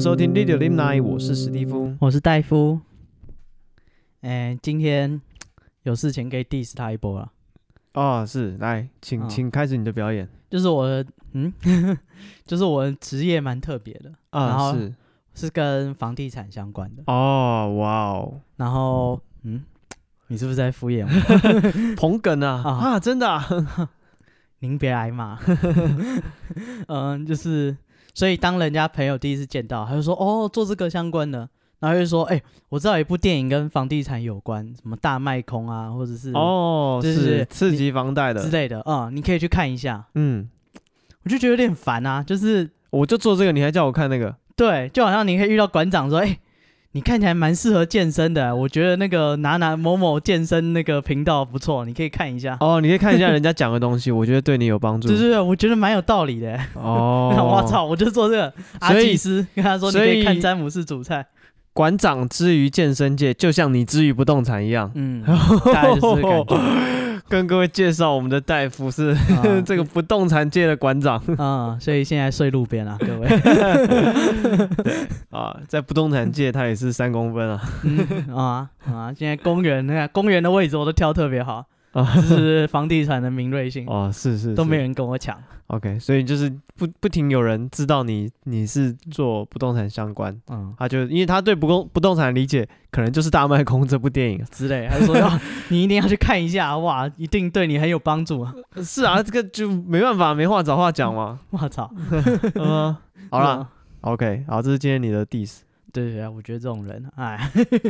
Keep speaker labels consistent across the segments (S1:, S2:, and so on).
S1: 收听《Little l i m n i 我是史蒂夫。
S2: 我是戴夫。哎、今天有事情可以 diss 他一波啊了，
S1: 哦，是，来，请
S2: 嗯
S1: 请开始你的表演
S2: 就是我的，嗯， 就是我的职业蛮特别的，然
S1: 啊，
S2: 后
S1: 是，
S2: 是跟房地产相关的。
S1: 哦，哇哦，
S2: 然后，嗯，你是不是在敷衍我？
S1: 捧梗啊
S2: 啊
S1: 啊，真的啊，
S2: 您别挨骂。 嗯，就是，所以当人家朋友第一次见到，他就说：“哦，做这个相关的。”然后就说：“哎、我知道有一部电影跟房地产有关，什么大卖空啊，或者是
S1: 哦，
S2: 是是
S1: 是
S2: 是
S1: 刺
S2: 你
S1: 激房贷
S2: 之
S1: 的，
S2: 类的，嗯，你可以去看一下。”
S1: 嗯，
S2: 我就觉得有点烦啊，就是
S1: 我就做这个，你还叫我看那个，
S2: 对，就好像你可以遇到馆长说，哎、你看起来蛮适合健身的，我觉得那个哪哪某某健身那个频道不错，你可以看一下。
S1: 哦，你可以看一下人家讲的东西，我觉得对你有帮助
S2: 就，是我觉得蛮有道理的。，
S1: 哦
S2: 我操、我就做这个阿
S1: 所以
S2: 基斯，跟他说你
S1: 所
S2: 可
S1: 以
S2: 以看詹姆斯煮菜，
S1: 馆长之于健身界，就像你之于不动产一 样。
S2: 嗯，大概就是这个感觉。
S1: 跟各位介绍，我们的戴夫是
S2: 嗯
S1: 这个不动产界的馆长
S2: 嗯，所以现在睡路边啊，各位。
S1: 啊，在不动产界他也是三公分啊。
S2: 嗯啊啊！现在公园那公园的位置我都挑特别好，
S1: 啊
S2: 就是房地产的敏锐 性
S1: 哦，是是
S2: 都没
S1: 有。
S2: 人跟我抢。
S1: OK，所以就是不不停有人知道你你是做不动产相关，
S2: 嗯，
S1: 他就因为他对不公不动产的理解，可能就是《大麦空》这部电影。
S2: 之类，他就 说要你一定要去看一下，哇，一定对你很有帮助。
S1: 是啊，这个就没办法，没话找话讲 嘛。
S2: 我操，
S1: 嗯啊，好了
S2: 嗯，
S1: ，OK，好，这是今天你的 diss
S2: 对对对，我觉得这种人，哎，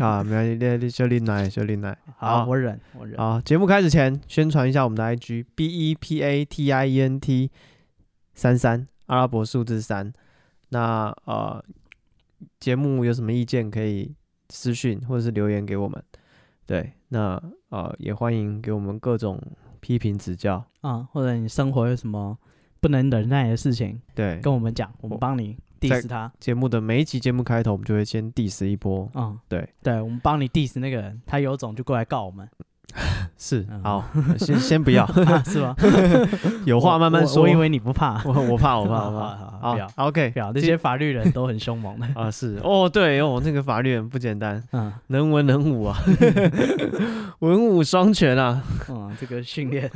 S1: 啊，没关系练，练修丽奶，修丽奶。
S2: 好，我忍，我忍。
S1: 好，节目开始前宣传一下我们的 IG B E P A T I E N T 三三阿拉伯数字三。那呃，节目有什么意见可以私讯或者是留言给我们。对，那呃也欢迎给我们各种批评指教。
S2: 嗯，或者你生活有什么不能忍耐的事情，
S1: 对，
S2: 跟我们讲，我们帮你 diss 他。
S1: 节目的每一集节目开头，我们就会先 diss 一波。
S2: 嗯，
S1: 对，
S2: 对，我们帮你 diss 那个人，他有种就过来告我们，
S1: 是，
S2: 嗯
S1: 好，先先不要，
S2: 啊 是吧？
S1: 有话慢慢
S2: 我
S1: 说。
S2: 我我以为你不怕，
S1: 我我怕， 我怕，
S2: 好
S1: 我
S2: 好
S1: 怕。
S2: 好
S1: 好
S2: 不要
S1: ，OK，
S2: 对啊，那些法律人都很凶 猛的。
S1: 啊，是哦，对哦，那个法律人不简单，
S2: 嗯
S1: 能文能武啊， 文武双全啊。
S2: 嗯，这个训练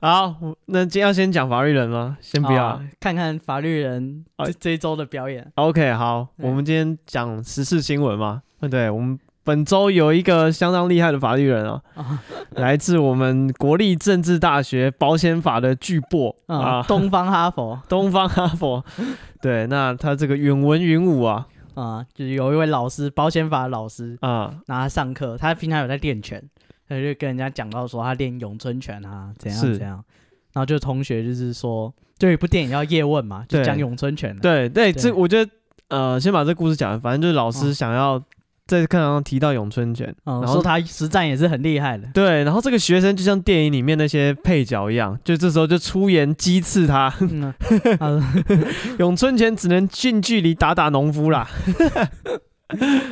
S1: 好，那今天要先讲法律人吗？先不要。
S2: 啊看看法律人
S1: 啊
S2: 这这一周的表演。
S1: OK，好，
S2: 对
S1: 我们今天讲时事新闻嘛。嗯，对，我们本周有一个相当厉害的法律人啊，
S2: 啊
S1: 来自我们国立政治大学保险法的巨擘
S2: 啊，
S1: 啊，
S2: 东方哈 佛
S1: 东方哈佛。对，那他这个远文云武啊
S2: 啊，就是有一位老师，保险法的老师，
S1: 啊，
S2: 然后他上课，他平常有在练拳，他就跟人家讲到说他练咏春拳啊，怎样
S1: 是
S2: 怎样，然后就同学就是说，就有一部电影叫《叶问》嘛，就
S1: 对
S2: 讲咏春拳的，
S1: 对对，这
S2: 对
S1: 我觉得呃，先把这故事讲完，反正就是老师
S2: 嗯
S1: 想要在课堂上提到咏春拳，
S2: 嗯，
S1: 然
S2: 说
S1: 后
S2: 他实战也是很厉 害的，
S1: 对，然后这个学生就像电影里面那些配角一样，就这时候就出言讥刺他，
S2: 嗯啊，啊
S1: 咏春拳只能近距离打打农夫啦。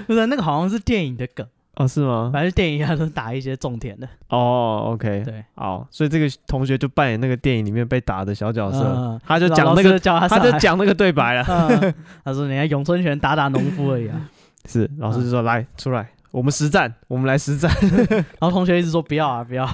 S2: 不是那个好像是电影的梗，
S1: 哦，是吗？
S2: 反正电影他都打一些重 点的，
S1: 哦，OK，
S2: 对，
S1: 好，所以这个同学就扮演那个电影里面被打的小角色，
S2: 嗯
S1: 他就
S2: 老
S1: 讲
S2: 老
S1: 那
S2: 师
S1: 个，
S2: 教他
S1: 他
S2: 上
S1: 就
S2: 来，
S1: 讲那个对白了。
S2: 嗯他说人家咏春拳打打农夫而已啊，
S1: 是，老师就说来出来，我们实战，我们来实战。
S2: 然后同学一直说不要啊不要，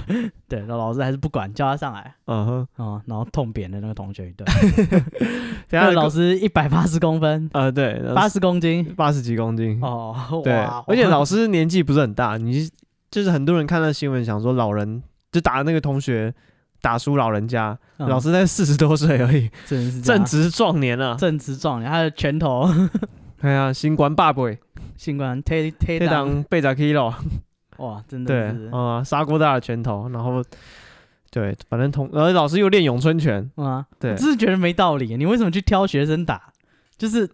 S2: 对，然后老师还是不管，叫他上来。
S1: 嗯哼，
S2: 哦，然后痛扁了那个同学一顿。
S1: 等
S2: 那
S1: 下
S2: 个老师一百八十公分，
S1: 呃对，
S2: 八十公斤。
S1: 八十几公斤，
S2: 哦，
S1: 嗯对
S2: 哇，
S1: 而且老师年纪不是很大， 你就是很多人看到新闻想说老人就打那个同学打输老人家，
S2: 嗯
S1: 老师才四十多岁而 已，
S2: 真的是这
S1: 正
S2: 样
S1: 值壮年啊。
S2: 正直壮年，他的拳头
S1: 哎呀，新官爸爸，
S2: 性官推推
S1: 这
S2: 挡，
S1: 档被砸 k i l
S2: 哇，真
S1: 对
S2: 的是，
S1: 啊，砂锅大的拳头，然后对，反正同，而老师又练咏春拳，
S2: 啊，
S1: 对
S2: 我只是觉得没道理，你为什么去挑学生打？就是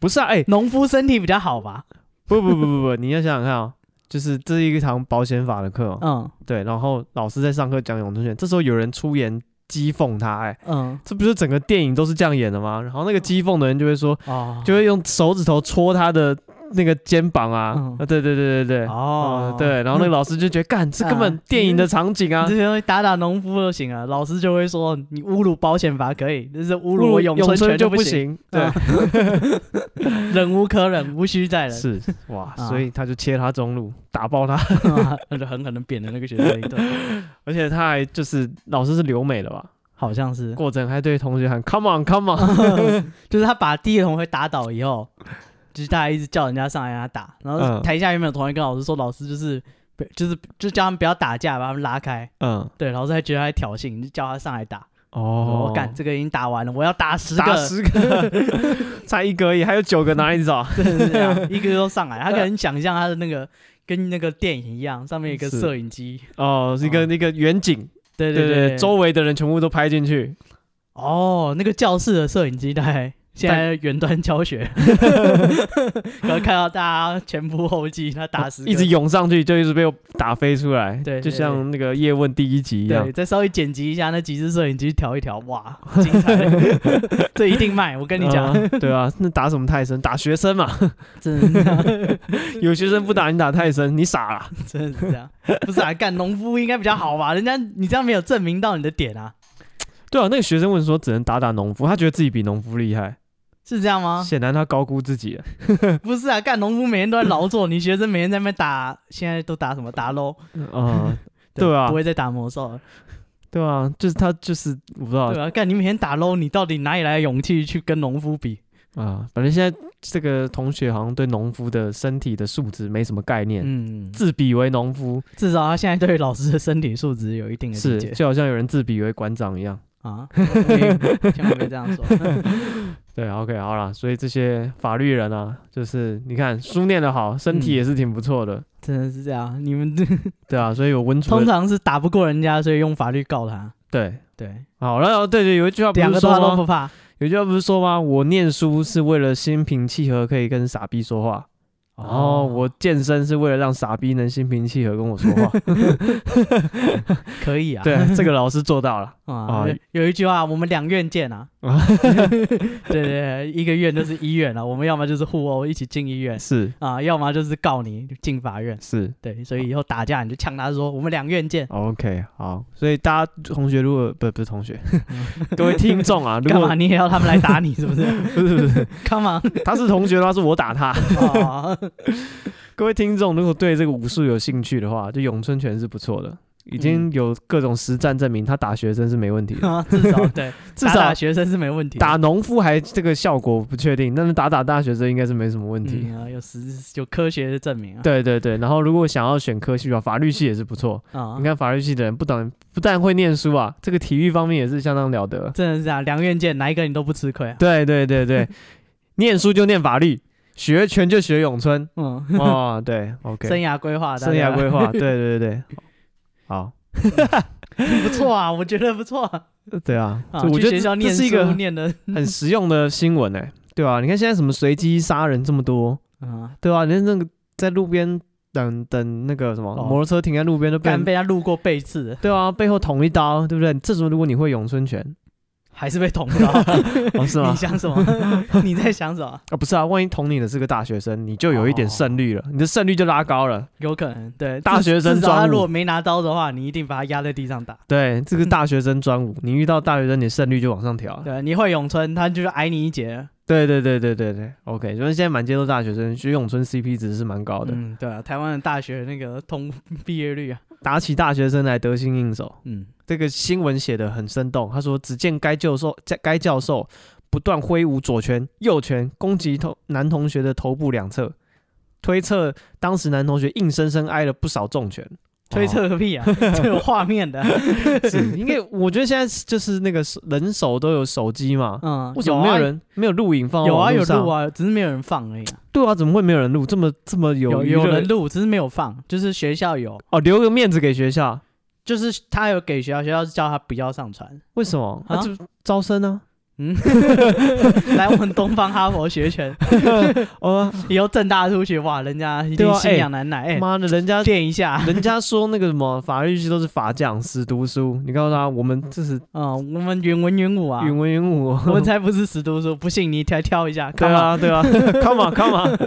S1: 不是啊，哎，
S2: 农夫身体比较好吧？
S1: 不不不不不， 你要想想看哦，就是这是一堂保险法的课哦，
S2: 嗯
S1: 对，然后老师在上课讲咏春拳，这时候有人出言讥讽他，哎，
S2: 嗯，
S1: 这不是整个电影都是这样演的吗？然后那个讥讽的人就会说，
S2: 嗯哦，
S1: 就会用手指头戳他的那个肩膀啊
S2: 嗯，
S1: 啊对对对对对，
S2: 哦
S1: 嗯，对，然后那个老师就觉得，干，这根本
S2: 啊
S1: 电影的场景啊
S2: 你，这些东西打打农夫就行了，老师就会说你侮辱保险法可以，但是侮
S1: 侮
S2: 辱我咏
S1: 咏
S2: 春拳
S1: 春就
S2: 不行，啊
S1: 行，对，
S2: 忍无可忍，无需再忍，
S1: 是哇，
S2: 啊
S1: 所以他就切他中路，打爆他，
S2: 那就狠狠的扁了那个学生一顿，
S1: 而且他还就是老师是留美的吧，
S2: 好像是，
S1: 过程还对同学喊 “come on come on”，
S2: 就是他把第一个同学打倒以后，就是大家一直叫人家上来跟他打，然后
S1: 嗯
S2: 台下有没有同学跟老师说，老师就是不就是就叫他们不要打架，把他们拉开，
S1: 嗯，
S2: 对，老师还觉得他在挑衅，就叫他上来打，我说
S1: 哦
S2: 我，干这个已经打完了，我要打十
S1: 打
S2: 个，
S1: 十个， 才一个而已，还有九个哪里找？
S2: 真的是这样，一个都上来，他可能想象他的那个跟那个电影一样，上面有一个
S1: 是
S2: 摄影机，
S1: 哦，是一个
S2: 嗯
S1: 那个远景，
S2: 对
S1: 对
S2: 对
S1: 对，周围的人全部都拍进去，
S2: 哦，那个教室的摄影 机在现在远端教学， 然后看到大家前仆后继，他打死
S1: 一直涌上去，就一直被我打飞出来，
S2: 对对
S1: 就
S2: 对
S1: 像那个叶问第一集一样
S2: 对，，再稍微剪辑一下那几只摄影机调一调， 哇，精彩！这一定卖，我跟你讲，
S1: 嗯对 啊，那打什么泰森？打学生嘛，
S2: 真的是这样，
S1: 有学生不打你打泰森，你傻啦。
S2: 真的是这样。不是啊，干农夫应该比较好吧？人家你这样没有证明到你的点啊，
S1: 对啊，那个学生问说只能打打农夫，他觉得自己比农夫厉害，
S2: 是这样吗？
S1: 显然他高估自己了。
S2: 不是啊，干农夫每天都在劳作，你学生每天在那边打，现在都打什么打 l
S1: 嗯，对啊
S2: 不会再打魔兽了。
S1: 对啊，就是他就是我不知道
S2: 对啊，干你每天打 low，你到底哪里来的勇气去跟农夫比？
S1: 啊，反正现在这个同学好像对农夫的身体的素质没什么概念，
S2: 嗯，至
S1: 自比为农夫
S2: 至少他现在对老师的身体素质有一定的
S1: 是
S2: 嗯理解
S1: 就好像有人自比为馆长一样。
S2: 啊。没千万别这样说。
S1: 对，OK，好啦，所以这些法律人啊，就是你看书念得好，身体
S2: 嗯
S1: 也是挺不错的，
S2: 真的是这样，你们
S1: 对啊，所以有温存。
S2: 通常是打不过人家，所以用法律告他。
S1: 对，
S2: 对，
S1: 好，然后对对，有一句话不
S2: 两
S1: 是
S2: 个
S1: 说
S2: 他
S1: 吗
S2: 都不怕。
S1: 有句话不是说吗？我念书是为了心平气和可以跟傻逼说话，
S2: 哦
S1: 然后我健身是为了让傻逼能心平气和跟我说 话。
S2: 可以啊。
S1: 对，这个老师做到了。
S2: 啊
S1: 啊，
S2: 有一句话，我们两院见啊。
S1: 啊
S2: 对对对，一个院就是医院了、啊，我们要么就是互殴一起进医院
S1: 是
S2: 啊，要么 就是告你进法院。
S1: 是
S2: 对，所以以后打架你就呛他说，我们两院见。
S1: ，OK，好。所以大家同学如果不不是同 学，各位听众啊，如
S2: 干嘛？
S1: 果
S2: 你也要他们来打你是不是
S1: 不是不是
S2: ？Come on！
S1: 他是同学的话，是我打他。
S2: 哦
S1: 各位听众，如果对这个武术有兴趣的话，就咏春拳是不错的，已经有各种实战证明，他打学生是没问题 的，
S2: 啊至 少对，
S1: 至
S2: 打
S1: 少
S2: 打学生是没问题的。嗯
S1: 打农夫还这个效果不确定，但是打打大学生应该是没什么问题。
S2: 嗯啊，有实有科学的证明啊。
S1: 对对对，然后如果想要选科系的话，法律系也是不错。
S2: 啊
S1: 你，看法律系的人不但不但会念书啊，这个体育方面也是相当了得。
S2: 真的是这样，两院见哪一个你都不吃亏啊。
S1: 对对对对，念书就念法律，学拳就学咏 春。
S2: 嗯，
S1: 哦，对
S2: 生
S1: ，OK，
S2: 涯规划，大
S1: 生
S2: 家
S1: 涯规划，对对对对，好，
S2: 不错啊，我觉得不错啊。
S1: 对啊，
S2: 啊
S1: 这我
S2: 去
S1: 觉得
S2: 学校
S1: 这这
S2: 念
S1: 是一
S2: 书
S1: 个
S2: 念的，
S1: 很实用的新闻哎、对啊，你看现在什么随机杀人这么多，
S2: 嗯，
S1: 对啊，你看那个在路边等等那个什么、
S2: 哦
S1: 摩托车停在路边都被
S2: 敢
S1: 人
S2: 被他路过背刺，
S1: 对啊，背后捅一刀，对不对？这时候如果你会咏春拳，
S2: 还是被捅到。
S1: 哦是
S2: 你
S1: 吗？
S2: 想什么？ 你在想什么？
S1: 啊，不是啊，万一捅你的是个大学生，你就有一点
S2: 哦
S1: 胜率了，你的胜率就拉高了。
S2: 有可能对
S1: 大
S2: 至
S1: 学生
S2: 至少他
S1: 装
S2: 如
S1: 武
S2: 果没拿刀的话，你一定把他压在地上打。
S1: 对，这个大学生专
S2: 嗯
S1: 武，你遇到大学生，你胜率就往上调了。
S2: 对，你会咏春，他就是矮你一截了。
S1: 对对对对对对，OK，所以现在满街都大学生，学咏春 CP 值是蛮高的，
S2: 嗯，对啊，台湾的大学那个通 毕业率啊，
S1: 打起大学生来得心应手。
S2: 嗯，
S1: 这个新闻写的很生动，他说只见该教授在该教授不断挥舞左拳、右拳攻击同男同学的头部两侧，推测当时男同学硬生生挨了不少重
S2: 哦
S1: 拳。
S2: 推测个屁啊， 这有画面的，
S1: 是，因为我觉得现在是就是那个手人手都有手机嘛，
S2: 嗯，
S1: 为什么没有人、没有录影放？
S2: 有啊？有啊，有录
S1: 啊，
S2: 啊，只是没有人放而已啊。
S1: 对啊，怎么会没有人录？这么这么有
S2: 有
S1: 娱乐
S2: 人录，只是没有放，就是学校有，
S1: 哦，留个面子给学校，
S2: 就是他有给学校，学校是叫他不要上传。
S1: 为什么？
S2: 啊
S1: 啊，这招生呢、
S2: 嗯， 来我们东方哈佛学拳，
S1: 哦，
S2: 以后正大出去，哇，人家一
S1: 对
S2: 定
S1: 啊
S2: 信
S1: 哎
S2: 仰难耐，哎、
S1: 妈的，人家
S2: 练一下，
S1: 人家说那个什么法律系都是法匠，死读书。你告诉他，我们这是
S2: 嗯，我们云文云 武啊，
S1: 语文云武。
S2: 我们才不是死读书，不信你挑挑一下，
S1: 对
S2: 看嘛，
S1: 啊，对 啊，come on，come on。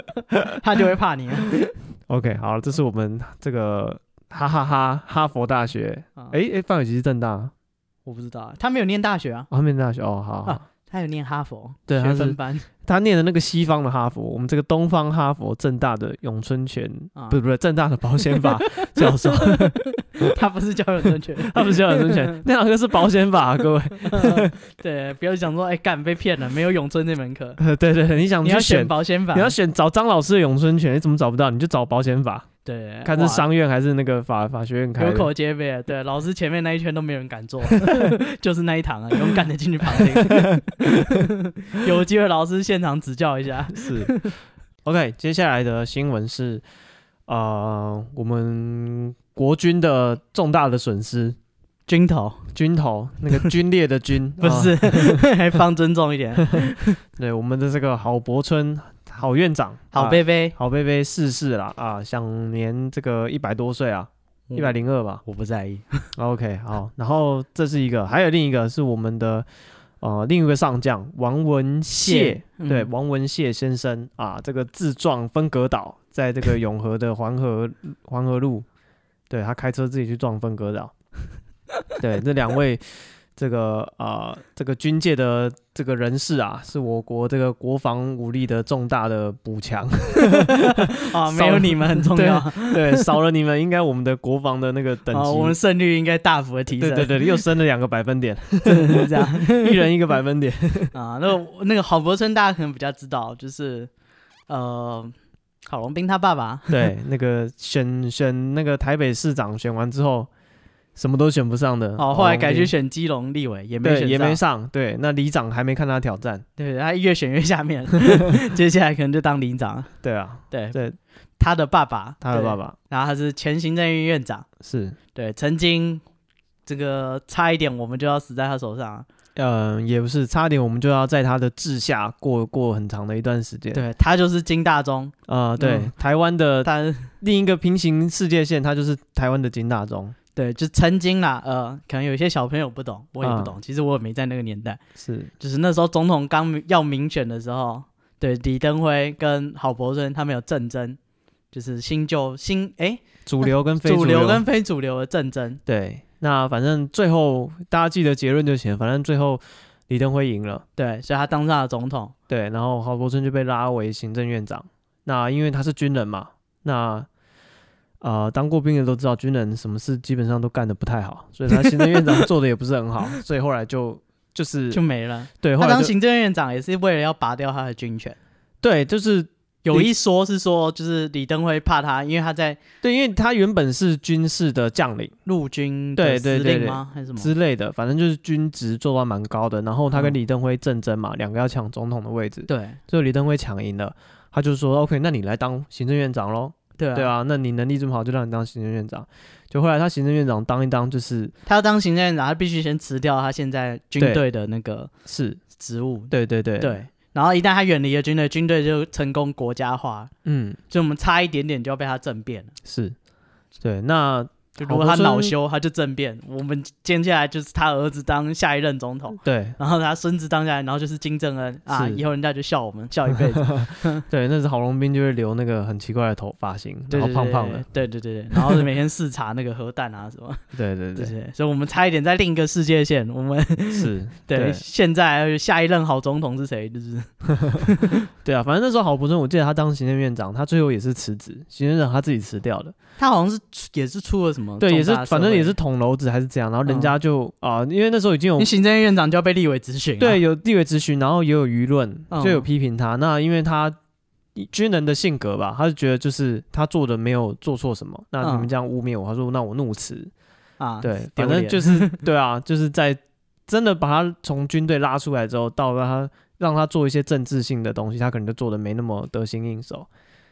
S2: 他就会怕你了。
S1: OK，好了，这是我们这个哈哈哈哈佛大学。
S2: 啊
S1: 哎哎，范玮琪是正大啊，
S2: 我不知道啊，他没有念大学啊，
S1: 后面大学哦，好，好
S2: 啊他有念哈佛
S1: 对他
S2: 学
S1: 是
S2: 分班
S1: 他念的那个西方的哈佛，我们这个东方哈佛正大的咏春拳，
S2: 啊
S1: 不是不是正大的保险 法教授，
S2: 他不是交友正确。
S1: 他不是叫咏春 拳，那堂课是保险 法，啊各位。
S2: 对，不要想说，哎、干被骗了，没有咏春这门课，
S1: 呃对对对，你想
S2: 你要
S1: 去
S2: 选
S1: 选，
S2: 保险法，
S1: 你要选找张老师的咏春拳，你怎么找不到？你就找保险法。
S2: 对，
S1: 看是
S2: 哇
S1: 商院还是那个法法学院开
S2: 有
S1: 的。
S2: 口皆碑啊。对，老师前面那一圈都没有人敢 坐，就是那一堂啊，勇敢的进去旁听。 有机会老师现场指教一下。
S1: 是。OK，接下来的新闻是，呃，我们国军的重大的损失，
S2: 军头
S1: 军头那 个军烈的军
S2: 不
S1: 啊
S2: 是， 还放尊 重一点。
S1: 对我们的这个郝柏村郝院长，
S2: 好
S1: 啊
S2: 贝贝，
S1: 郝贝贝逝世了啊，享年这个一百多岁啊，
S2: 嗯
S1: 一百零二吧。
S2: 我不在意。
S1: OK，好，然后这是一个，还有另一个是我们的呃另一个上将王文谢
S2: 谢，嗯
S1: 对，王文谢先生啊，这个自撞分隔岛，在这个永和的黄河黄河路，对他开车自己去撞分隔岛，对，这两位这个啊、呃这个军界的这个人士啊，是我国这个国防武力的重大的补强，
S2: 啊，
S1: 少
S2: 没有你们很重
S1: 对
S2: 要啊
S1: 对，少了你们，应该我们的国防的那个等级，
S2: 啊，我们胜率应该大幅的提
S1: 对
S2: 升。
S1: 对对，又升了两个百分 点，
S2: 真的是这样
S1: 一人一个百分点。
S2: 啊。那个那个郝柏村大家可能比较知道，就是呃，郝龙斌他爸爸。
S1: 对，那个选选那个台北市长选完之后，什么都选不上的。
S2: 哦，后来改去
S1: 选。
S2: 选基隆立委，也没
S1: 嗯对，
S2: 选上，
S1: 也没上。对，那里长还没看他挑战。
S2: 对，他越选越下面， 接下来可能就当里长。
S1: 对啊，
S2: 对，
S1: 对，
S2: 他的爸爸，
S1: 他的
S2: 对
S1: 爸，爸
S2: 然后他是前行政院院长，
S1: 是，
S2: 对，曾经这个差一点我们就要死在他手上，
S1: 嗯，也不是，差点我们就要在他的治下过过很长的一段时间。，
S2: 对他就是金大中，
S1: 啊，对
S2: 嗯，
S1: 台湾的
S2: 但
S1: 另一个平行世界线，他就是台湾的金大中。
S2: 对，就曾经啦，呃，可能有一些小朋友不懂，
S1: 嗯
S2: 我也不懂，其实我也没在那个年代，
S1: 是，
S2: 就是那时候总统刚要民选的时候，对，李登辉跟郝柏村他们有政争，就是新旧新哎
S1: 主流跟非
S2: 主
S1: 流
S2: 流跟非主流的政争，
S1: 对。那反正最后大家记得结论就行，反正最后李登辉赢了。
S2: 对，所以他当上了总统。
S1: 对，然后郝柏村就被拉为行政院长。那因为他是军人嘛，那呃，当过兵的都知道，军人什么事基本上都干得不太好，所以他行政院长做的也不是很 好，所以后来就就是
S2: 就没了。
S1: 对，后
S2: 他
S1: 来
S2: 当
S1: 就
S2: 行政院长也是为了要拔掉他的军权。
S1: 对，就是
S2: 有一说是说，就是李登辉怕他，因为他在
S1: 对，因为他原本是军事的将领
S2: 陆军
S1: 对
S2: 的
S1: 对
S2: 司
S1: 对
S2: 令吗？还是什么？
S1: 之类的，反正就是军职做到蛮高的。然后他跟
S2: 嗯
S1: 李登辉竞争嘛，两个要抢总统的位置，
S2: 对
S1: 最后李登辉抢赢了，他就说 OK，那你来当行政院长喽。
S2: 对啊
S1: 对啊，那你能力这么好，就让你当行政院长。就后来他行政院长当一当，就是
S2: 他要当行政院长，他必须先辞掉他现在军
S1: 对
S2: 队的那个
S1: 是，
S2: 职务。
S1: 对对对，
S2: 对，然后一旦他远离了军队，军队就成功国家化，
S1: 嗯，
S2: 就我们差一点点就要被他政变了。
S1: 是，对。那
S2: 就如果他恼羞，他就政变。我们接下来就是他儿子当下一任总统，
S1: 对
S2: 然后他孙子当下来，然后嗯就是金正恩啊，
S1: 是
S2: 以后人家就笑我们笑一辈子。
S1: 对，那时郝龙斌就会留那个很奇怪的头发型，
S2: 对
S1: 然后
S2: 对
S1: 胖
S2: 对
S1: 胖的，
S2: 对对对对，然后每天视察那个核弹啊什么，
S1: 对对对，
S2: 对对，所以我们差一点在另一个世界线，我们
S1: 是，
S2: 对
S1: 对
S2: 现在下一任好总统是谁，就是
S1: 对啊。反正那时候郝柏村，我记得他当行政院长，他最后也是辞职，行政院长他自己辞掉的，
S2: 他好像是出也是出了什么，
S1: 对，也是反正也是，捅娄子还是怎样，然后人家就啊，因为那时候已经有
S2: 因为行政院长就要被立委质询、啊，
S1: 对，有地位咨询，然后也有舆论，
S2: 嗯
S1: 就有批评他。那因为他军人的性格吧，他就觉得就是他做的没有做错什么，那你们
S2: 嗯
S1: 这样污蔑我，他说那我怒斥。
S2: 啊，
S1: 对，
S2: 丢
S1: 反正
S2: 脸
S1: 就是 对啊，就是在真的把他从军队拉出来之后，到让他让他做一些政治性的东西，他可能就做的没那么得心应手。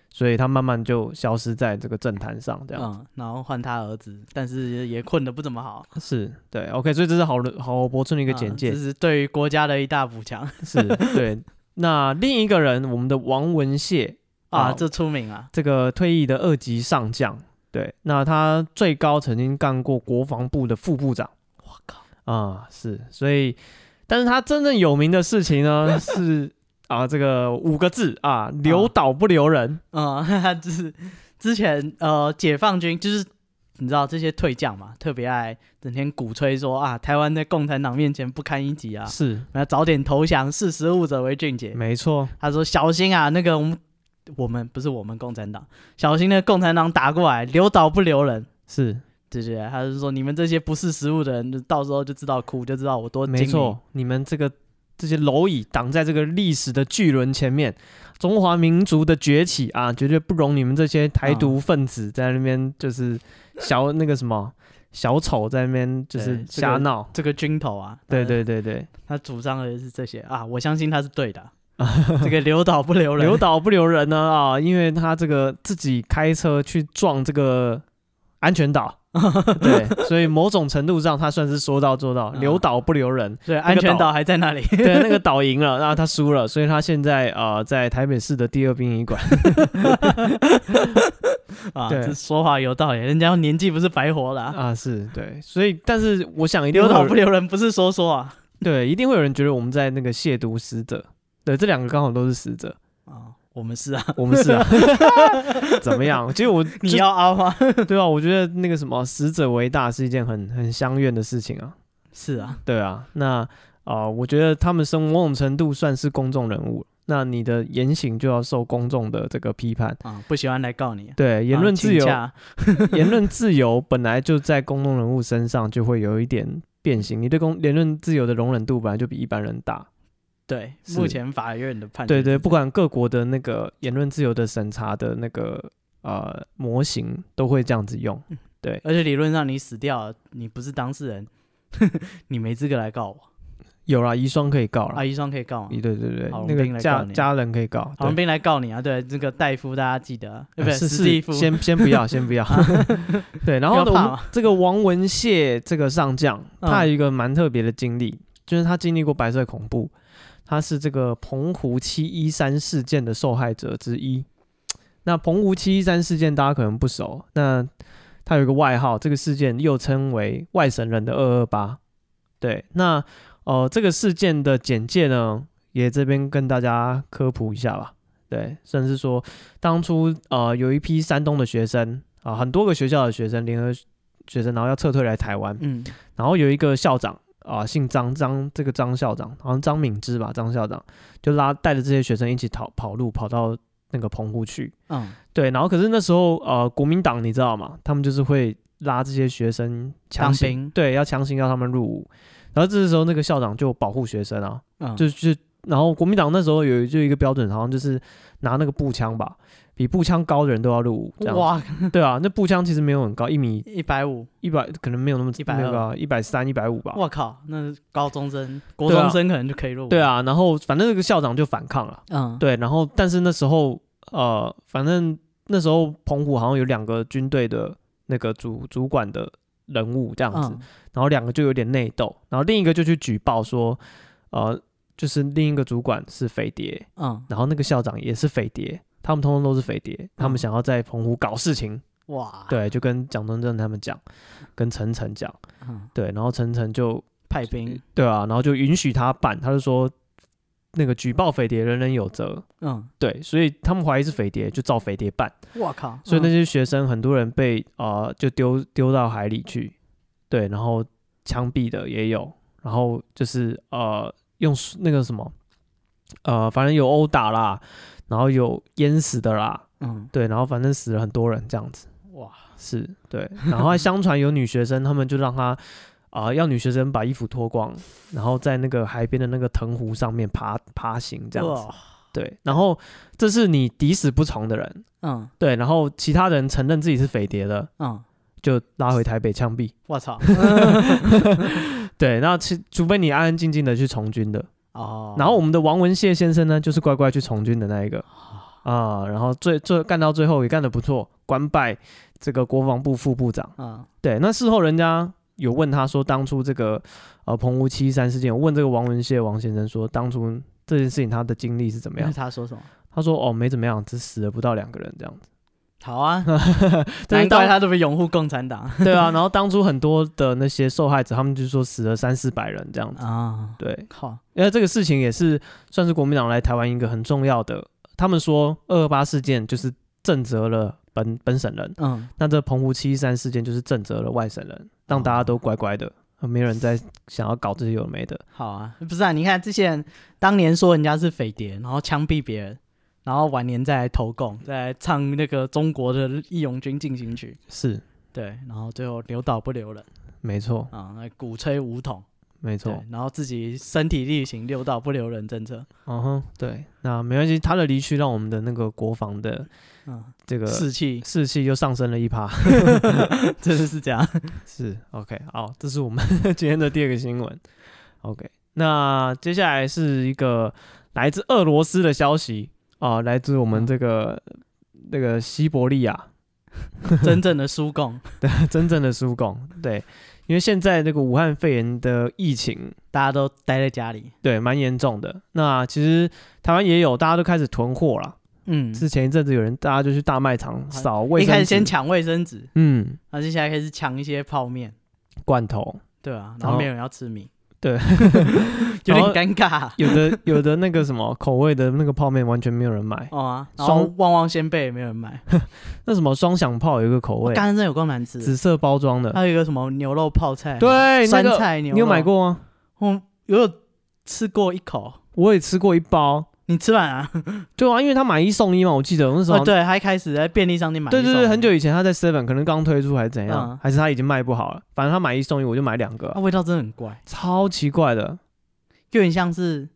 S1: 所以他慢慢就消失在这个政坛上，这样子。
S2: 嗯，然后换他儿子，但是也混得不怎么好。
S1: 是对，OK，所以这是好人郝柏村的一
S2: 一
S1: 个简介，
S2: 嗯这是对于国家的一大补强
S1: 是对。那另一个人，我们的王文谢
S2: 啊，
S1: 好
S2: 这出名啊，
S1: 这个退役的二级上将，对，那他最高曾经干过国防部的副部长
S2: 我靠，
S1: 啊、是，所以，但是他真正有名的事情 呢是啊，这个五个字啊，留岛不留人，
S2: 嗯， 就是之前呃，解放军就是你知道这些退将嘛，特别爱整天鼓吹说啊，台湾在共产党面前不堪一击啊，
S1: 是
S2: 我们要早点投降，视时务者为俊杰。
S1: 没错，
S2: 他说小心啊，那个我们我们不是我们共产党，小心那个共产党打过来，留岛不留人。
S1: 是
S2: 对对对，他就说你们这些不识时务的人，就到时候就知道哭，就知道我多
S1: 没
S2: 精明。
S1: 错，你们这个这些蝼蚁挡在这个历史的巨轮前面，中华民族的崛起啊，绝对不容你们这些台独分子在那边就是小那个什么小丑在那边就是
S2: 对这个
S1: 瞎闹。
S2: 这个军头啊，
S1: 对对对对，
S2: 他主张的是这些啊，我相信他是 对的。这个留岛不留人，
S1: 留岛不留人呢啊，因为他这个自己开车去撞这个安全 岛，对，所以某种程度上他算是说到做到，
S2: 嗯
S1: 留岛不留人。
S2: 对，安全岛还在那里。
S1: 对，那个岛赢了，然后他输了，所以他现在呃在台北市的第二殡仪馆。
S2: 啊，
S1: 对
S2: 这说话有道理，人家年纪不是白活了啊、
S1: 啊，是对，所以但是我想一定
S2: 留
S1: 会
S2: 岛
S1: 有
S2: 不
S1: 人
S2: 留人不是说说啊。
S1: 对，一定会有人觉得我们在那个亵渎死者。对，这两个刚好都是死者，
S2: 啊，我们 是啊，
S1: 我们是 啊，怎么样？其实我
S2: 你
S1: 就
S2: 要凹吗？
S1: 对啊，我觉得那个什么死者为大是一件很很相怨的事情啊。
S2: 是啊，
S1: 对啊，那啊、呃我觉得他们生某种程度算是公众人物，那你的言行就要受公众的这个批判。
S2: 啊，不喜欢来告你。
S1: 对，言论
S2: 啊请
S1: 自由，
S2: 假
S1: 言论自由本来就在公众人物身上就会有一点变形，你对公言论自由的容忍度本来就比一般人大。
S2: 对，
S1: 是
S2: 目前法院的判决
S1: 对
S2: 是这
S1: 对，
S2: 样，
S1: 不管各国的那个言论自由的审查的那个呃模型都会这样子用。
S2: 而且理论上你死掉了，你不是当事人， 你没资格来告我。
S1: 有啦，遗孀可以告啦，
S2: 啊，医生可以告啊
S1: 对，对对，
S2: 郝龙
S1: 那
S2: 斌
S1: 个
S2: 来
S1: 家
S2: 告你
S1: 家人可以告。
S2: 郝
S1: 对
S2: 龙斌来告你啊，对，这个戴夫大家记得啊，对不
S1: 呃是
S2: 对？史
S1: 是，
S2: 蒂夫啊
S1: 先先不 要，先不要。 对，然后呢，我
S2: 不要怕
S1: 们
S2: 嘛
S1: 这个王文谢这个上将，
S2: 嗯
S1: 他有一个蛮特别的经历，就是他经历过白色恐怖，他是这个澎湖七一三事件的受害者之一。那澎湖七一三事件大家可能不熟，那他有一个外号，这个事件又称为外省人的二二八。对，那呃，这个事件的简介呢，也这边跟大家科普一下吧。对，甚至说当初呃有一批山东的学生啊、很多个学校的学生联合学生，然后要撤退来台湾，
S2: 嗯
S1: 然后有一个校长啊、姓张，张这个张校长好像张敏之吧，张校长就拉带着这些学生一起逃跑路，跑到那个澎湖去。
S2: 嗯
S1: 对，然后可是那时候呃国民党你知道吗？他们就是会拉这些学生强
S2: 当
S1: 行
S2: 兵
S1: 对，要强行要他们入伍。然后这时候那个校长就保护学生啊，
S2: 嗯，
S1: 就就然后国民党那时候有就一个标准，好像就是拿那个步枪吧，比步枪高的人都要入伍，这样
S2: 哇，
S1: 子对啊，那步枪其实没有很高，一米
S2: 一百五，
S1: 一百可能没有那么
S2: 120
S1: 一百三一百五吧，
S2: 我靠，那高中生、国
S1: 对啊
S2: 中生可能就可以入伍。
S1: 对，啊，然后反正这个校长就反抗了，
S2: 嗯，
S1: 对，啊然后但是那时候呃，反正那时候澎湖好像有两个军队的那个主主管的人物这样子，
S2: 嗯
S1: 然后两个就有点内斗，然后另一个就去举报说，呃，就是另一个主管是匪谍，
S2: 嗯，
S1: 然后那个校长也是匪谍，他们通通都是匪谍，他们
S2: 嗯啊
S1: 想要在澎湖搞事情，
S2: 哇，，
S1: 对，啊就跟蒋中正他们讲，跟陈诚讲，
S2: 嗯，
S1: 对，然后陈诚就
S2: 派兵，
S1: 对啊，然后就允许他办，他就说那个举报匪谍人人有责，
S2: 嗯，
S1: 对，所以他们怀疑是匪谍，就照匪谍办，
S2: 我靠，
S1: 所以那
S2: 嗯
S1: 些学生很多人被啊、呃就丢丢到海里去，对，然后枪毙的也有，然后就是呃用那个什么呃反正有殴打啦，然后有淹死的啦，
S2: 嗯，
S1: 对，然后反正死了很多人这样子，
S2: 哇，
S1: 是 对，然后还相传有女学生，他们就让她啊、要女学生把衣服脱光，然后在那个海边的那个藤壶上面爬爬行这样子，
S2: 哇，
S1: 对，然后这是你抵死不从的人，
S2: 嗯
S1: 对，然后其他人承认自己是匪谍的，
S2: 嗯，
S1: 就拉回台北枪毙，
S2: 我操，
S1: 对，那其除非你安安静静的去从军的，
S2: 哦，哦
S1: 然后我们的王文谢先生呢，就是乖乖去从军的那一个，啊、然后最最干到最后也干得不错，官拜这个国防部副部长。
S2: 嗯
S1: 对，那事后人家有问他说，当初这个呃澎湖七一三事件，问这个王文谢王先生说，当初这件事情他的经历是怎么
S2: 那
S1: 样？
S2: 他说什么？
S1: 他说哦没怎么样，只死了不到两个人这样子。
S2: 好 啊，
S1: 但
S2: 难
S1: 是
S2: 怪
S1: 当
S2: 他这么拥护共产党
S1: 对啊，然后当初很多的那些受害者，他们就说死了三四百人这样子。
S2: 啊！
S1: 对，
S2: 靠，
S1: 因为这个事情也是算是国民党来台湾一个很重要的，他们说二二八事件就是震慑了本本省人，
S2: 嗯，
S1: 那这澎湖七一三事件就是震慑了外省人，让大家都乖乖的，没有人再想要搞这些有的没的。
S2: 好啊，不是啊？你看这些人当年说人家是匪谍，然后枪毙别人，然后晚年再来投共，再来唱那个中国的《义勇军进行曲
S1: 是，》，
S2: 对，然后最后留岛不留人
S1: 没错，
S2: 啊，那鼓吹武统，
S1: 没
S2: 对
S1: 错，，
S2: 然后自己身体力行留岛不留人政策，
S1: 嗯哼，对，那没关系，他的离去让我们的那个国防的
S2: 嗯，
S1: 这个
S2: 士 气
S1: 士气又上升了一趴。
S2: 真的是这 样，
S1: 是，OK，好，这是我们 今天的第二个新闻。OK，那接下来是一个来自俄罗斯的消息啊、来自我
S2: 嗯
S1: 们这个那、个西伯利亚
S2: 真正的输共，
S1: 真正的苏共，对，因为现在这个武汉肺炎的疫情
S2: 大家都待在家里，
S1: 对蛮严重的，那其实台湾也有，大家都开始囤货啦。
S2: 嗯，
S1: 之前一阵子有人大家就去大卖场扫卫
S2: 一
S1: 生纸，
S2: 开始先抢卫生纸，
S1: 嗯
S2: 然后接下来开始抢一些泡面，
S1: 罐头，
S2: 对
S1: 然
S2: 啊，然
S1: 后
S2: 后没有人要吃米，
S1: 对
S2: 有
S1: 然
S2: 点
S1: 后
S2: 尴尬。
S1: 有的有的那个什么口味的那个泡面完全没有人买，
S2: 哦啊，然
S1: 双
S2: 后旺旺仙贝也没有人买，啊
S1: 那什么双响炮有一个口
S2: 我
S1: 味，
S2: 干真的有够难吃的。
S1: 紫色包装的，
S2: 还有一个什么牛肉泡菜，，
S1: 对，那
S2: 酸
S1: 个
S2: 菜牛肉，
S1: 你有买？过吗？
S2: 我我有吃过一口，
S1: 我也吃过一包，
S2: 你吃完啊？
S1: 对啊，因为他买一送一嘛，我记得我那时候
S2: 哦，对，他一开始在便利商店哦买一
S1: 对
S2: 送一，
S1: 对对，很久以前他在 Seven 可能刚推出还是怎样，
S2: 嗯
S1: 还是他已经卖不好了，反正他买一送一，我就买两个，
S2: 啊，味道真的很怪，
S1: 超奇怪的，
S2: 有点像是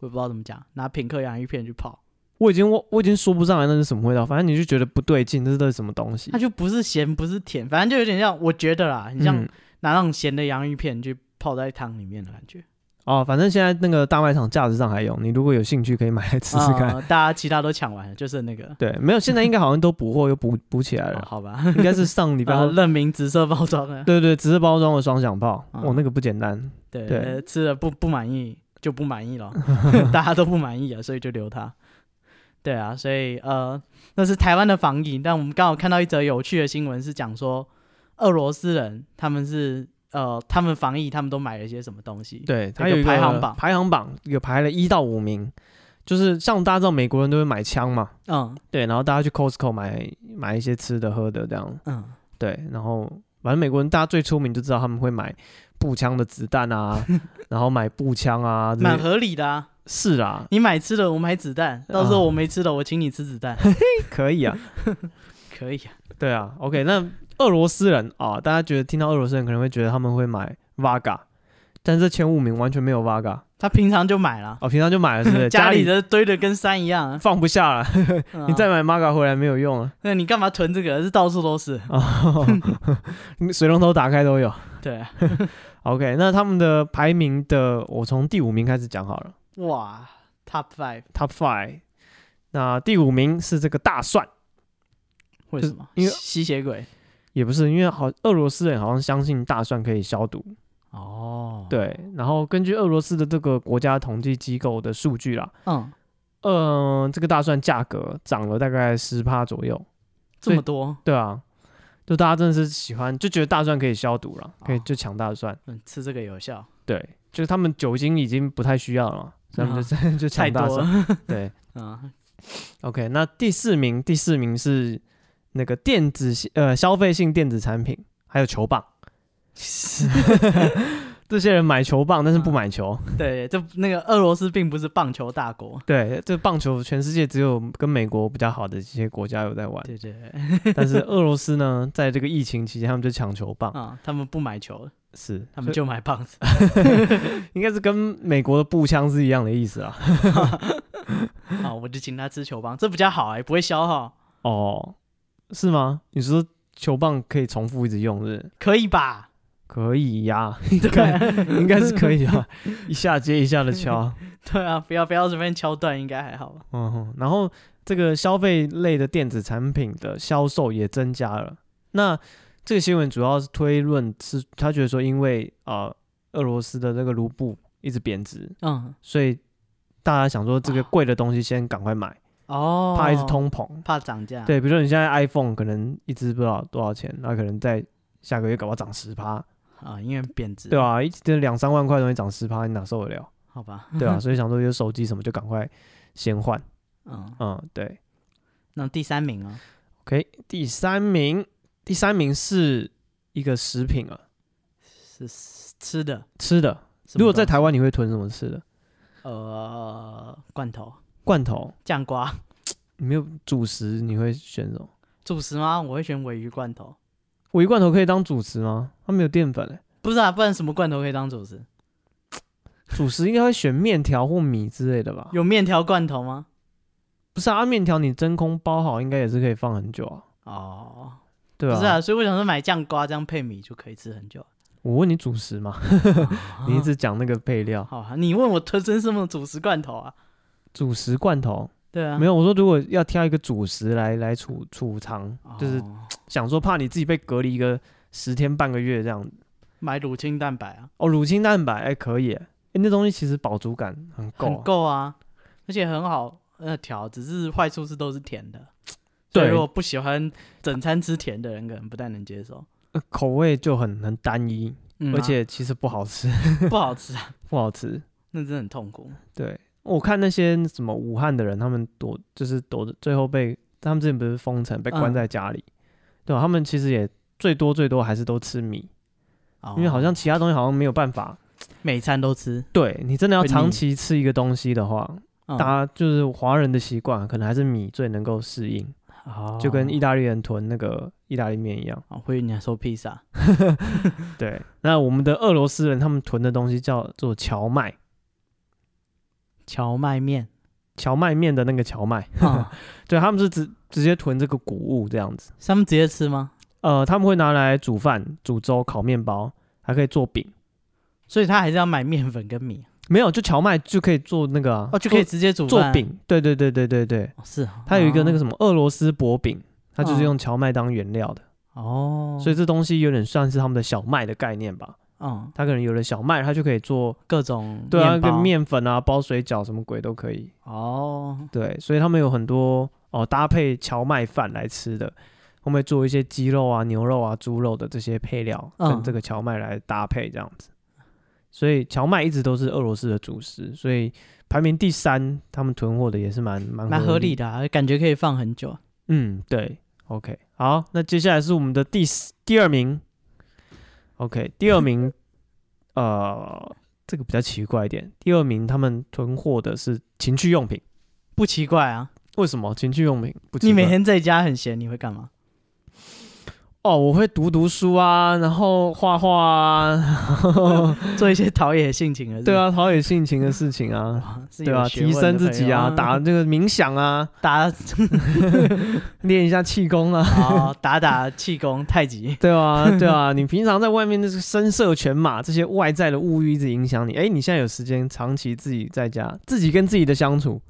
S2: 我也不知道怎么讲，拿品客洋芋片去泡，
S1: 我已经我我已经说不上来那是什么味道，反正你就觉得不对劲，这是这是什么东西
S2: 它？就不是咸不是甜，反正就有点像，我觉得啦，很像
S1: 嗯
S2: 拿那种咸的洋芋片去泡在汤里面的感觉。
S1: 哦，反正现在那个大卖场架子上还有，你如果有兴趣可以买来吃吃看。
S2: 呃大家其他都抢完了，就是那个，
S1: 对，没有，现在应该好像都补货又补补起来
S2: 哦
S1: 了，
S2: 好吧，
S1: 应该是上 礼拜
S2: 然后
S1: 或
S2: 认明紫色包装 的，
S1: 对对，只是包装的双响炮，
S2: 嗯
S1: 哦，那个不简单。
S2: 对
S1: 对
S2: 呃吃了不不满意就不 满意了，大家都不满意啊，所以就留它。对啊，所以呃，那是台湾的防疫，但我们刚好看到一则有趣的新闻，是讲说俄罗斯人他们是呃，他们防疫，他们都买了些什么东西？，
S1: 对，它
S2: 一个
S1: 有一个
S2: 排行榜
S1: 排行榜有排了一到五名，就是像大家知道美国人都会买枪嘛，
S2: 嗯
S1: 对，然后大家去 Costco 买买一些吃的喝的这样，
S2: 嗯，
S1: 对，然后反正美国人大家最出名就知道他们会买步枪的子弹 啊，然后买步枪啊，这
S2: 蛮
S1: 些
S2: 合理的啊。
S1: 是啦，
S2: 你买吃的，我买子弹；到
S1: 啊
S2: 时候我没吃的，我请你吃子弹，
S1: 可以啊，
S2: 可以啊。
S1: 对啊，OK，那俄罗斯人啊，大家觉得听到俄罗斯人可能会觉得他们会买 Vaga，但这前五名完全没有 Vaga，
S2: 他平常就买了。
S1: 哦，平常就 买了是不是？
S2: 家
S1: 家
S2: 里的堆的跟山一 样、 啊。
S1: 放不下了，
S2: 嗯啊
S1: 你再买 Maga 回来没有用 啊。
S2: 那你干嘛囤这个？是到处都是。
S1: 哦，水龙头打开都有。
S2: 对，
S1: OK，那他们的排名的，我从第五名开始讲好了
S2: 哇，Top Five，
S1: ，Top Five。那第五名是这个大蒜，
S2: 为什么？
S1: 因为
S2: 吸血鬼。
S1: 也不是因为好俄罗斯人好像相信大蒜可以消毒，
S2: 哦，，
S1: 对。然后根据俄罗斯的这个国家统计机构的数据啦，
S2: 嗯，
S1: 嗯、这个大蒜价格涨了大概十趴左右，
S2: 这么多，
S1: 对啊，就大家真的是喜欢，就觉得大蒜可以消毒了，可以就抢大蒜。
S2: 嗯，吃这个有效，
S1: 对，就是他们酒精已经不太需要了嘛，所以他们就、 就
S2: 啊太
S1: 抢大
S2: 多
S1: 蒜。
S2: 了。
S1: 对
S2: 嗯，
S1: ，OK，那第四名，第四名是那个电子呃消费性电子产品，还有球 棒。这些人买球棒，但是
S2: 啊
S1: 不买球。
S2: 对，这那个俄罗斯并不是棒球大国。
S1: 对，这棒球全世界只有跟美国比较好的一些国家有在玩，
S2: 对对对，
S1: 但是俄罗斯呢，在这个疫情期间，他们就抢球棒，
S2: 啊、他们不买球，
S1: 是
S2: 他们
S1: 所
S2: 就买棒子。
S1: 以应该是跟美国的步枪是一样的意思啊。
S2: 啊、我就请他吃球棒，这比较好哎、不会消耗，
S1: 哦，是吗？你说球棒可以重复一直用是不是？
S2: 可以吧？
S1: 可以呀、
S2: 对
S1: 应该是可以啊， 一下接一下的敲。
S2: 对啊，不要不要随便敲断，应该还好吧？
S1: 嗯，哼，然后这个消费类的电子产品的销售也增加了。那这个新闻主要是推论是，他觉得说，因为啊、呃俄罗斯的这个卢布一直贬值，
S2: 嗯，
S1: 所以大家想说这个贵的东西先赶快买，
S2: 啊哦，
S1: 怕一直通膨。
S2: 怕涨价，，
S1: 对，比如说你现在 iPhone 可能一支不知道多少钱，那可能在下个月搞不好涨十趴，
S2: 啊，因为贬值，
S1: 对吧、一这两三万块的东西涨十趴，你哪受得了？
S2: 好吧，
S1: 对啊，所以想说有手机什么就赶快先换。
S2: 嗯，
S1: 嗯，对。
S2: 那第三名啊，
S1: OK，第三名，第三名是一个食品啊，
S2: 是吃吃的，
S1: 吃的。
S2: 什么
S1: 如果在
S2: 东
S1: 台湾，你会吞什么吃的？
S2: 西呃罐头、
S1: 罐头，
S2: 酱瓜、
S1: 你没有主食，你会选什么？
S2: 主食吗？我会选尾鱼罐头，
S1: 我一罐头可以当主食吗？它没有淀粉、欸，
S2: 不是啊，不然什么罐头可以当主食？
S1: 主食应该会选面条或米之类的吧？
S2: 有面条罐头吗？
S1: 不是啊，面条你真空包好，应该也是可以放很久啊，
S2: 哦，
S1: 对
S2: 不
S1: 吧、
S2: 是啊，所以我想说买酱瓜这样配米就可以吃很久。
S1: 我问你主食嘛，
S2: 啊
S1: 你一直讲那个配料，
S2: 好啊，你问我吞成什么主食罐头啊？
S1: 主食罐头
S2: 对啊，
S1: 没
S2: 有，
S1: 有。我说如果要挑一个主食来来储储藏，
S2: 啊哦
S1: 就是想说怕你自己被隔离个十天半个月这样。
S2: 买乳清蛋白啊，
S1: 哦，乳清蛋白，哎、可以、哎、那东西其实饱足感很够啊、
S2: 很够啊，而且很好呃调，只是坏处是都是甜的。
S1: 对
S2: 所以如果不喜欢整餐吃甜的人，可能不太能接受。
S1: 呃口味就很很单一，
S2: 嗯啊
S1: 而且其实不好吃，
S2: 不好吃啊，
S1: 不好吃。
S2: 那真的很 痛苦。
S1: 对，我看那些什么武汉的人，他们躲就是躲着，最后被他们之前不是封城，被关
S2: 嗯
S1: 在家里，对啊吧？他们其实也最多最多还是都吃米，
S2: 哦
S1: 因为好像其他东西好像没有办法。
S2: 每餐都吃，
S1: 对你真的要
S2: 会腻
S1: 长期吃一个东西的话，
S2: 嗯
S1: 大家就是华人的习惯，可能还是米最能够适应，
S2: 哦
S1: 就跟意大利人囤那个意大利面一样。
S2: 哦，会你还说披萨
S1: 对，那我们的俄罗斯人他们囤的东西叫做荞麦，
S2: 荞 麦面，
S1: 荞麦面的那个荞麦，
S2: 啊，
S1: 对，他们是直直接囤这个谷物这样子。
S2: 是他们直接吃吗？
S1: 呃，他们会拿来煮饭、煮粥、烤面包，还可以做饼。
S2: 所以他还是要买面粉跟米
S1: 没有，就荞麦就可以做那个啊，
S2: 哦，就可以
S1: 做
S2: 直接煮
S1: 做
S2: 饭。
S1: 饼。对对对对对对，
S2: 哦是啊，
S1: 它有一个那个
S2: 哦
S1: 什么俄罗斯薄饼，它就是
S2: 嗯
S1: 用荞麦当原料的，
S2: 哦，
S1: 所以这东西有点算是他们的小麦的概念吧。
S2: 嗯，
S1: 它可能有了小麦，它就可以做
S2: 各种
S1: 对啊，
S2: 包
S1: 跟面粉啊、包水饺什么鬼都可以。
S2: 哦，
S1: 对，所以他们有很多哦搭配荞麦饭来吃的，后面做一些鸡肉啊、牛肉啊、猪肉的这些配料，跟
S2: 嗯
S1: 这个荞麦来搭配这样子。所以荞麦一直都是俄罗斯的主食，所以排名第三，他们囤货的也是蛮蛮
S2: 蛮合
S1: 理
S2: 理
S1: 的。
S2: 的啊，感觉可以放很久。
S1: 嗯，对，OK，好，那接下来是我们的第四第二名，OK，第二名，呃，这个比较奇怪一点，第二名他们囤货的是情趣用品，
S2: 不奇怪啊，
S1: 为什么情趣用品不奇怪？
S2: 你每天在家很闲，你会 干嘛？
S1: 哦，我会读读书啊，然后画画啊，
S2: 做一些陶冶性情的事。
S1: 对，啊，陶冶性情的事情 啊，
S2: 哇，是
S1: 对
S2: 有
S1: 啊，
S2: 学
S1: 提
S2: 问的
S1: 升自
S2: 朋
S1: 己
S2: 友
S1: 啊，打这个冥想啊，
S2: 打
S1: 练一下气功啊，
S2: 哦，打打气功、太极，
S1: 对啊，对啊，你平常在外面就是声色犬马，这些外在的物欲一直影响你，哎，你现在有时间长期自己在家，自己跟自己的相处。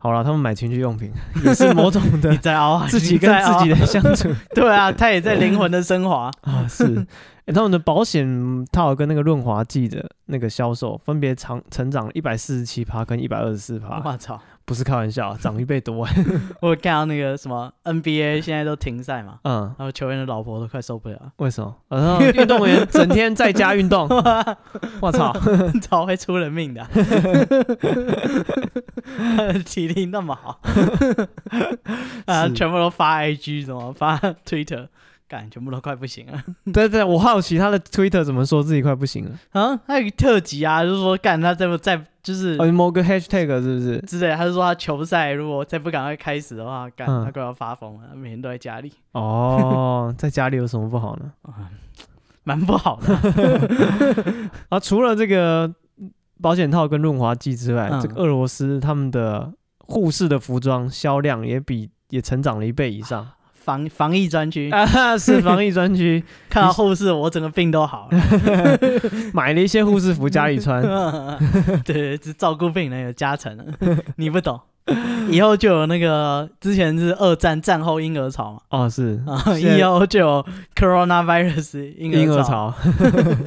S1: 好了，他们买情趣用 品也是某种
S2: 你
S1: 的
S2: 在熬啊，
S1: 自己
S2: 你
S1: 跟
S2: 在熬
S1: 自己的相处
S2: 对啊，他也在灵魂的升 华。
S1: 啊，是。哎，他们的保险套跟那个润滑剂的那个销售分别长成长一百四十七趴跟一百二十四趴，
S2: 我操！
S1: 不是开玩笑，涨一倍多。
S2: 我看到那个什么 NBA 现在都停赛嘛，
S1: 嗯，
S2: 然后球员的老婆都快受不了，
S1: 为 什么？啊，运动员整天在家运动，我操！
S2: 超会出人命的、啊， 他的体力那么好，啊，
S1: 是
S2: 全部都发 IG 什么发 Twitter，干，全部都快不行了。
S1: 对对，我好奇他的 Twitter 怎么说自己快不行了？
S2: 啊，他有一个特辑啊，就是说干他再不再就是
S1: 哦，某个 hashtag 是不是？
S2: 之类的，他就说他球赛如果再不赶快开始的话，干
S1: 嗯
S2: 他快要发疯了，每天都在家里，
S1: 哦，在家里有什么不好呢？
S2: 蛮不好的啊。
S1: 啊，除了这个保险套跟润滑剂之外，
S2: 嗯
S1: 这个俄罗斯他们的护士的服装销量也比也成长了一倍以上
S2: 防防疫专区，
S1: 啊，是防疫专区
S2: 看到后事我整个病都 好了。
S1: 买了一 些护士服家里穿，
S2: 对，只照顾病人有加成了，你不懂。以后就有那个之前是二战战后婴儿潮嘛，
S1: 哦，是
S2: 啊，
S1: 现在
S2: 以后就有 coronavirus 婴
S1: 婴儿
S2: 儿，
S1: 潮，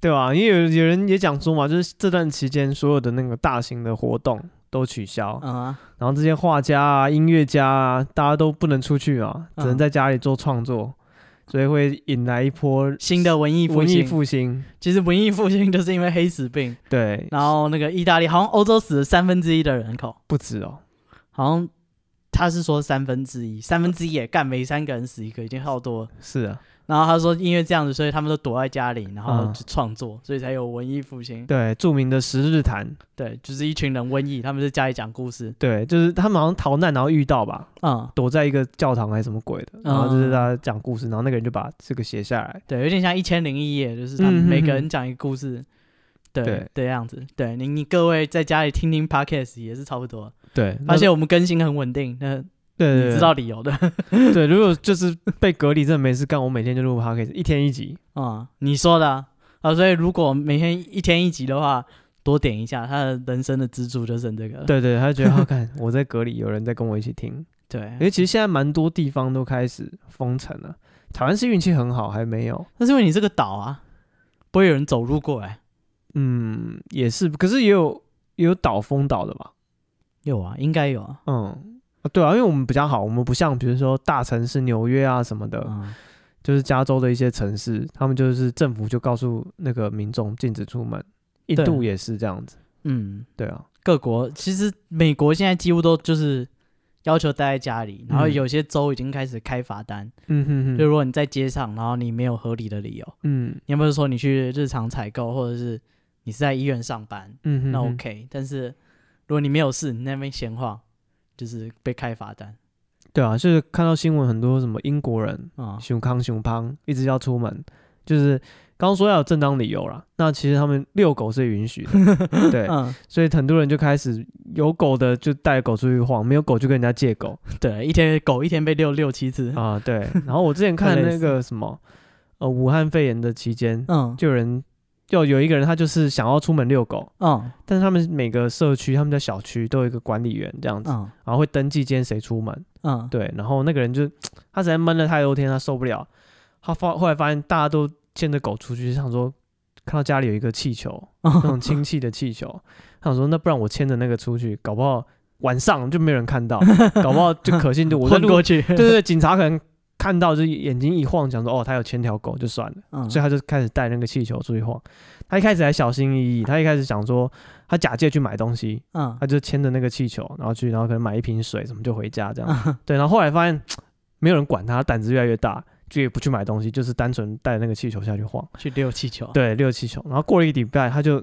S1: 对吧、因为有有人也讲说嘛，就是这段期间所有的那个大型的活动都取消，
S2: 嗯啊，
S1: 然后这些画家啊、音乐家啊，大家都不能出去啊，只能
S2: 嗯
S1: 在家里做创作，所以会引来一波
S2: 新的文艺复
S1: 文艺
S2: 兴，
S1: 复兴。
S2: 其实文艺复兴就是因为黑死病，
S1: 对，
S2: 然后那个意大利好像欧洲死了三分之一的人口，
S1: 不止哦，
S2: 好像他是说三分之一，三分之一也干每三个人死一个，已经好多了。
S1: 是啊，
S2: 然后他说因为这样子，所以他们都躲在家里，然后
S1: 嗯
S2: 就创作，所以才有文艺复兴。
S1: 对，著名的十日谈，
S2: 对，就是一群人瘟疫，他们在家里讲故事，
S1: 对，就是他们好像逃难，然后遇到吧，
S2: 嗯，
S1: 躲在一个教堂还是什么鬼的，然后就是大家讲故事，然后那个人就把这个写下来。
S2: 对，有点像一千零一夜，就是他们
S1: 嗯哼
S2: 每个
S1: 哼
S2: 人讲一个故事。对
S1: 对
S2: 的样子，对你你各位在家里听听 podcast 也是差不多，
S1: 对，那
S2: 发现我们更新很稳定，那
S1: 对对
S2: 你 知道理由的。
S1: 对对，如果就是被隔离，真的没事干，我每天就录 p o d c a s 一天一集。
S2: 啊、你说的啊啊所以如果每天一天一集的话，多点一下，他的人生的支柱就剩这个了。
S1: 对对，他就觉得好 哦看，我在隔离，有人在跟我一起听。因
S2: 对，
S1: 为其实现在蛮多地方都开始封城了，台湾是运气很好，还没有。
S2: 那是因为你这个岛啊，不会有人走路过欸来。
S1: 嗯，也是，可是也有也有岛封岛的吧？
S2: 有啊，应该有啊。
S1: 嗯，啊对啊，因为我们比较好，我们不像比如说大城市纽约啊什么的，
S2: 嗯，
S1: 就是加州的一些城市，他们就是政府就告诉那个民众禁止出门。印
S2: 对啊
S1: 度也是这样子，
S2: 嗯
S1: 对啊，
S2: 各国其实美国现在几乎都就是要求待在家里，然后
S1: 嗯
S2: 有些州已经开始开罚单，
S1: 嗯哼
S2: 就
S1: 哼，
S2: 如果你在街上，然后你没有合理的理由，
S1: 嗯
S2: 你要不是说你去日常采购，或者是你是在医院上班，
S1: 嗯哼
S2: 那
S1: 哼
S2: OK，、但是如果你没有事，你那边闲话，就是被开罚单
S1: 对啊，就是看到新闻很多什么英国人
S2: 啊、
S1: 熊康熊胖一直要出门，就是刚说要有正当理由啦。那其实他们遛狗是允 许的，对，
S2: 嗯，
S1: 所以很多人就开始有狗的就带狗出去晃，没有狗就跟人家借 狗
S2: 对，一天狗一天被遛六七次，
S1: 啊。对，然后我之前看
S2: 很类
S1: 那个什么呃武汉肺炎的期间，
S2: 嗯
S1: 就有人就有一个人他就是想要出门遛狗，
S2: 嗯
S1: 但是他们每个社区他们的小区都有一个管理员这样子，
S2: 嗯
S1: 然后会登记今天谁出门。
S2: 嗯，
S1: 对，然后那个人就他实在闷了太多天，他受不了，他发后来发现大家都牵着狗出去，想说看到家里有一个气球，那种氢气的气球，他想说那不然我牵着那个出去，搞不好晚上就没有人看到，搞不好就可信 度我在
S2: 混
S1: 路，
S2: 过
S1: 对
S2: 去，
S1: 对对，警察可能看到就是眼睛一晃，想说哦他有牵条狗就算了。
S2: 嗯
S1: 所以他就开始带那个气球出去晃。他一开始还小心翼翼，他一开始想说，他假借去买东西，
S2: 嗯
S1: 他就牵着那个气球，然后去，然后可能买一瓶水什么就回家这样。对，然后后来发现没有人管他，胆子越来越大，就也不去买东西，就是单纯带那个气球下去晃。
S2: 去遛气球，
S1: 对，溜气球。然后过了一个礼拜，他就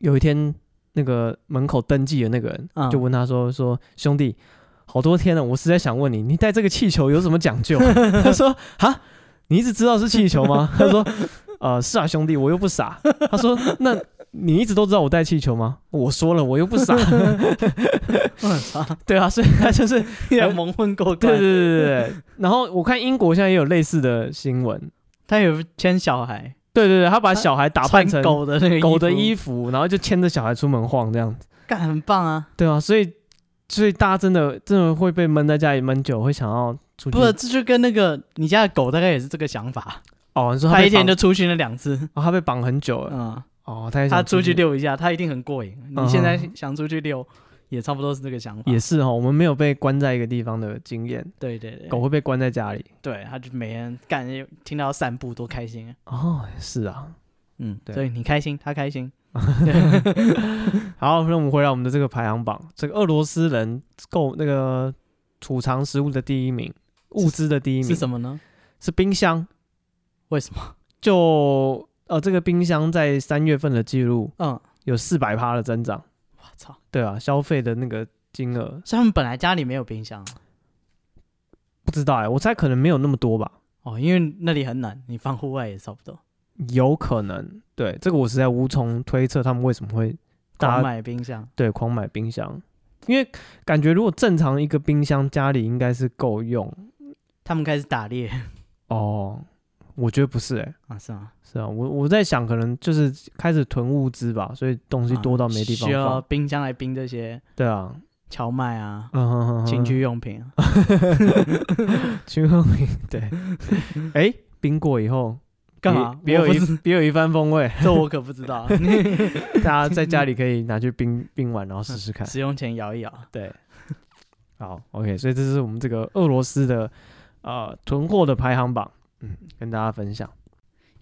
S1: 有一天那个门口登记的那个人、
S2: 嗯
S1: 就问他说：“说兄弟，好多天了，我实在想问你，你带这个气球有什么讲究？” 他说：“啊，你一直知道是气球吗？”他说：“呃，是啊，兄弟，我又不傻。”他说：“那你一直都知道我带气球吗？”我说了，我又不傻。
S2: 嗯
S1: 对啊，所以他就是
S2: 对，蒙混过
S1: 对对对
S2: 关，
S1: 对对。然后我看英国现在也有类似的新闻。
S2: 他有牵小孩，
S1: 对对对，他把小孩打扮成
S2: 穿狗的那个
S1: 狗的
S2: 衣
S1: 衣
S2: 服，
S1: 服，然后就牵着小孩出门晃这样子。
S2: 干很棒啊！
S1: 对啊，所以所以大家真的真的会被闷在家里闷久，会想要出去。
S2: 不，这就跟那个你家的狗大概也是这个想法，
S1: 哦，你说
S2: 它
S1: 他
S2: 一天就
S1: 就
S2: 出去那两次，
S1: 哦，他被绑很久了。
S2: 嗯，
S1: 哦，他也
S2: 它
S1: 想
S2: 出去
S1: 去。
S2: 遛一下，它一定很过瘾。你
S1: 嗯
S2: 现在想出去遛，也差不多是这个想法
S1: 也，是哦，我们没有被关在一个地方的经验，
S2: 对对对，
S1: 狗会被关在家里。
S2: 对，他就每天干，听到散步多开心啊！
S1: 哦，是啊。
S2: 嗯，
S1: 对
S2: 所以你开心，他开心。
S1: 好，那我们回来我们的这个排行榜，这个俄罗斯人购那个储藏食物的第一名，物资的第一名
S2: 是什么呢？
S1: 是冰箱。
S2: 为什么？
S1: 就呃，这个冰箱在三月份的记录
S2: 嗯，
S1: 有四百趴的增长。
S2: 我操！
S1: 对啊，消费的那个金额
S2: 所以他们本来家里没有冰箱啊
S1: 不知道哎、我猜可能没有那么多吧，
S2: 哦，因为那里很冷，你放户外也差不多。
S1: 有可能。对，这个我实在无从推测他们为什么会大
S2: 大
S1: 家
S2: 买冰箱，
S1: 对狂买冰箱，因为感觉如果正常一个冰箱家里应该是够用
S2: 他们开始打猎
S1: 哦，我觉得不是哎、
S2: 啊？是吗？
S1: 是啊，我我在想可能就是开始囤物资吧，所以东西
S2: 啊
S1: 多到没地方
S2: 需
S1: 放。
S2: 要冰箱来冰这些
S1: 对啊，
S2: 荞麦啊、
S1: 嗯哼哼哼
S2: 情趣用品啊，
S1: 秦风明， 对，哎，冰过以后
S2: 干嘛？
S1: 别别有
S2: 我不知
S1: 一别有一番风 味，
S2: 这我可不知道啊，
S1: 大家在家里可以拿去冰冰完，然后试试看。
S2: 使用前摇一摇。
S1: 对，好，OK，所以这是我们这个俄罗斯的呃囤货的排行榜，嗯，跟大家分享。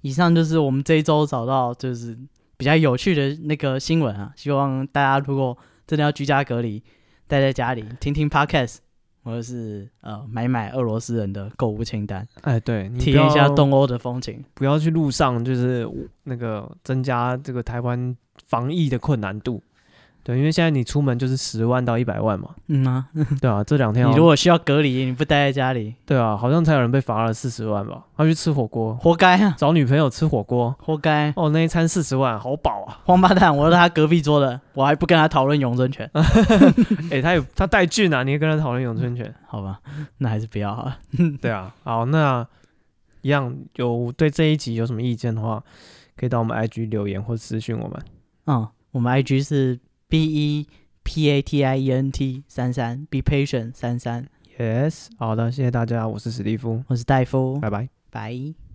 S2: 以上就是我们这一周找到就是比较有趣的那个新闻啊，希望大家如果真的要居家隔离，待在家里听听 podcast，或者是呃买买俄罗斯人的购物清单，
S1: 哎，对，你
S2: 体
S1: 不
S2: 验一
S1: 要
S2: 下东欧的风情。
S1: 不要去路上，就是那个增加这个台湾防疫的困难度。对，因为现在你出门就是十万到一百万嘛，
S2: 嗯啊，
S1: 对啊，这两天好
S2: 你
S1: 像
S2: 如果需要隔离，你不待在家里，
S1: 对啊，好像才有人被罚了四十万吧？他去吃火锅，
S2: 活该啊，
S1: 找女朋友吃火锅，
S2: 活该，
S1: 哦，那一餐四十万，好饱啊！
S2: 王八蛋！我是他隔壁桌的，我还不跟他讨论永贞
S1: 嗯
S2: 权，
S1: 哎、他有他带菌啊，你也跟他讨论咏春拳？
S2: 好吧，那还是不要好了。
S1: 对啊，好，那一样有对这一集有什么意见的话，可以到我们 IG 留言或私讯我们。
S2: 嗯，我们 IG 是 B E P A T I E N T 三三，Be patient 三三，
S1: Yes，好的，谢谢大家，我是史蒂夫，
S2: 我是戴夫，
S1: 拜拜。
S2: 拜。